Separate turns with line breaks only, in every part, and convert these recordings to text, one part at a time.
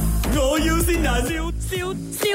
要先人，笑笑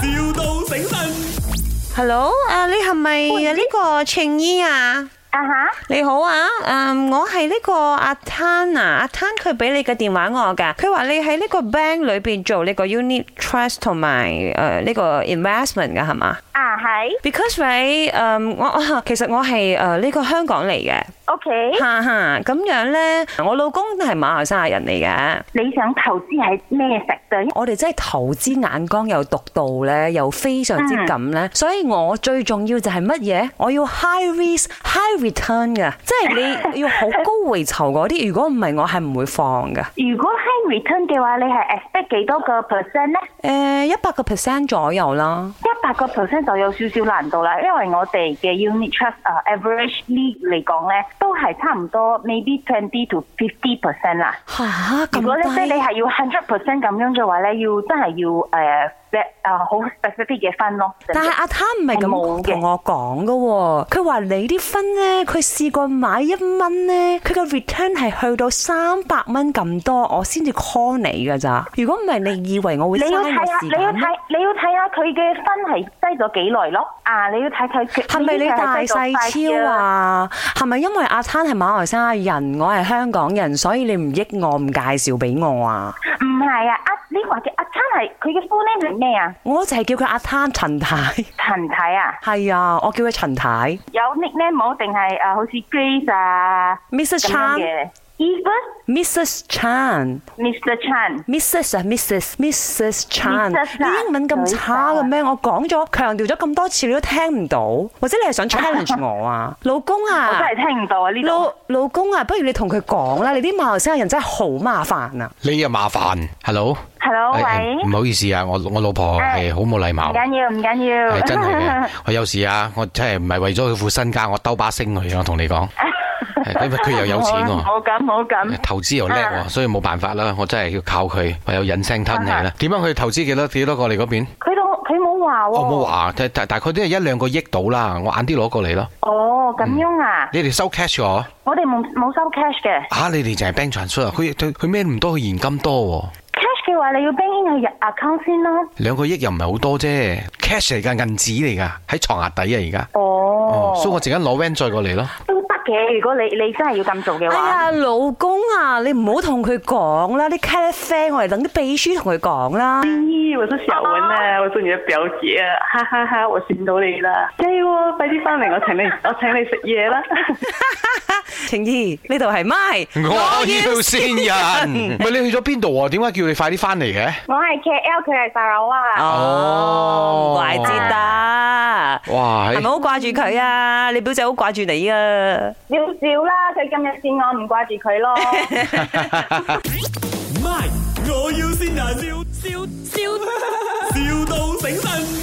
笑，,笑到醒神。
Hello，啊，你係咪啊呢個青衣啊？
啊哈，
你好啊，嗯，我係呢個阿 Tan 啊，阿 Tan 佢俾你嘅電話我㗎，佢話你喺呢個 bank 裏邊做呢個 unit trust 同埋誒呢個 investment 㗎係嘛
啊係
？Because 你誒、嗯我我 其實我係誒呢個香港嚟嘅，
，OK，
哈哈，咁樣咧，我老公係馬來西亞人嚟嘅。
你想投資喺咩食對？
我哋真係投資眼光又獨到咧，又非常之咁
嗯
咧，所以我最重要就係乜嘢？我要 high risk high return 嘅，即係 你要好高回酬嗰啲。如果唔係，我係唔會放嘅。
如果 high return 嘅話，你係 expect 幾多個 percent 咧？
誒，一百個 percent 左右啦。
一百個 percent 就有少少難度啦，因為我哋嘅 unit trust 啊、average l 嚟講咧，都係差唔多 maybe twenty to fifty percent 啦。
嚇
如果咧即係
咁
你
低？
係要 hundred percent 咁樣嘅話咧，要真係要誒誒好 specific 嘅分咯。
但係阿貪唔係
我
咁
冇嘅
同我講嘅喎，佢話你啲分咧，佢試過買一蚊咧，佢個 return 係去到三百蚊咁多，我先至 call 你㗎咋。如果唔係，你以為我會
你
嘥
要睇
我時
下，你要
間咩？
睇，你要睇下佢嘅分係低咗幾耐咯。啊，你要睇睇佢
係咪你大細超
啊？
啊？係咪因為阿攤係馬來西亞人，我係香港人，所以你唔益我，唔介紹俾我啊？
唔係啊，阿呢個嘅阿餐係佢嘅 full name 係咩啊？
我就係叫佢阿攤陳太，
陳太啊，
係啊，我叫佢陳太
有 nickname 冇定係啊？好似 Grace 啊
，Mr.
咁樣
Chan，Mrs.
嘅。Even
Chan。
Mr. Chan，
Mrs 啊，Mrs Mrs Chan，
Mrs.
你英文咁
啊
差嘅咩？我講咗強調咗咁多次，你都聽唔到，或者你係想 challenge 我啊？老公
我真
啊，
係聽唔到啊呢度
老。老公啊，不如你同佢講啦，你啲馬來西亞人真係好麻煩啊！
你又麻煩，hello，
Hello，
哎哎
哦喂，
唔好意思啊，我我老婆
哎
係好冇禮
唔
貌，
緊要，唔緊要
係。真係嘅。我有時啊，我真係唔係為咗佢副身家，我兜把星佢，我同 你講，係因為佢又有
唔
錢喎，
好咁，唔好咁。
投資又叻喎，
啊
所以冇辦法啦，我真係要靠佢，唯有忍聲吞氣
啊
啦。點樣去投資幾多幾多過嚟嗰邊？
佢都佢冇話喎。
我冇。話，大大大概都係一兩個億到啦，我晏啲攞過嚟咯。
哦，咁樣啊，
你哋收 cash 咗？
我哋冇冇收 cash 嘅。
啊，你哋淨係 bank transfer，啊佢佢佢孭唔多，佢現金多喎。
cash 嘅話，你要 bank in 去入 account 先咯。
兩個億又唔係好多啫，cash 嚟㗎，銀紙嚟㗎，喺床下底啊而家。
哦
哦，，所以我陣間攞 van 再過嚟咯。
都得嘅。如果你你真係要咁做嘅
哎
話，
呀，老公啊，你唔好同佢講啦，啲 cat friend 我哋等啲秘書同佢講啦。
咦，我是小文啊，我是你的表姐啊，哈哈哈我見到你啦，加油啊，快啲翻嚟，我請你，我請你食嘢啦。
晴怡，呢度係咪？
我要先 人，唔係你去咗邊度啊？點解叫你快啲翻嚟嘅？
我係 KL，佢係沙拉哇。
哦，
哦
怪之得。
哇，
係咪
係
好掛住佢啊？你表姐好掛住你啊！
少少啦，佢今日見我唔掛住佢咯。
咪，我要先人，笑笑笑，,笑到醒神。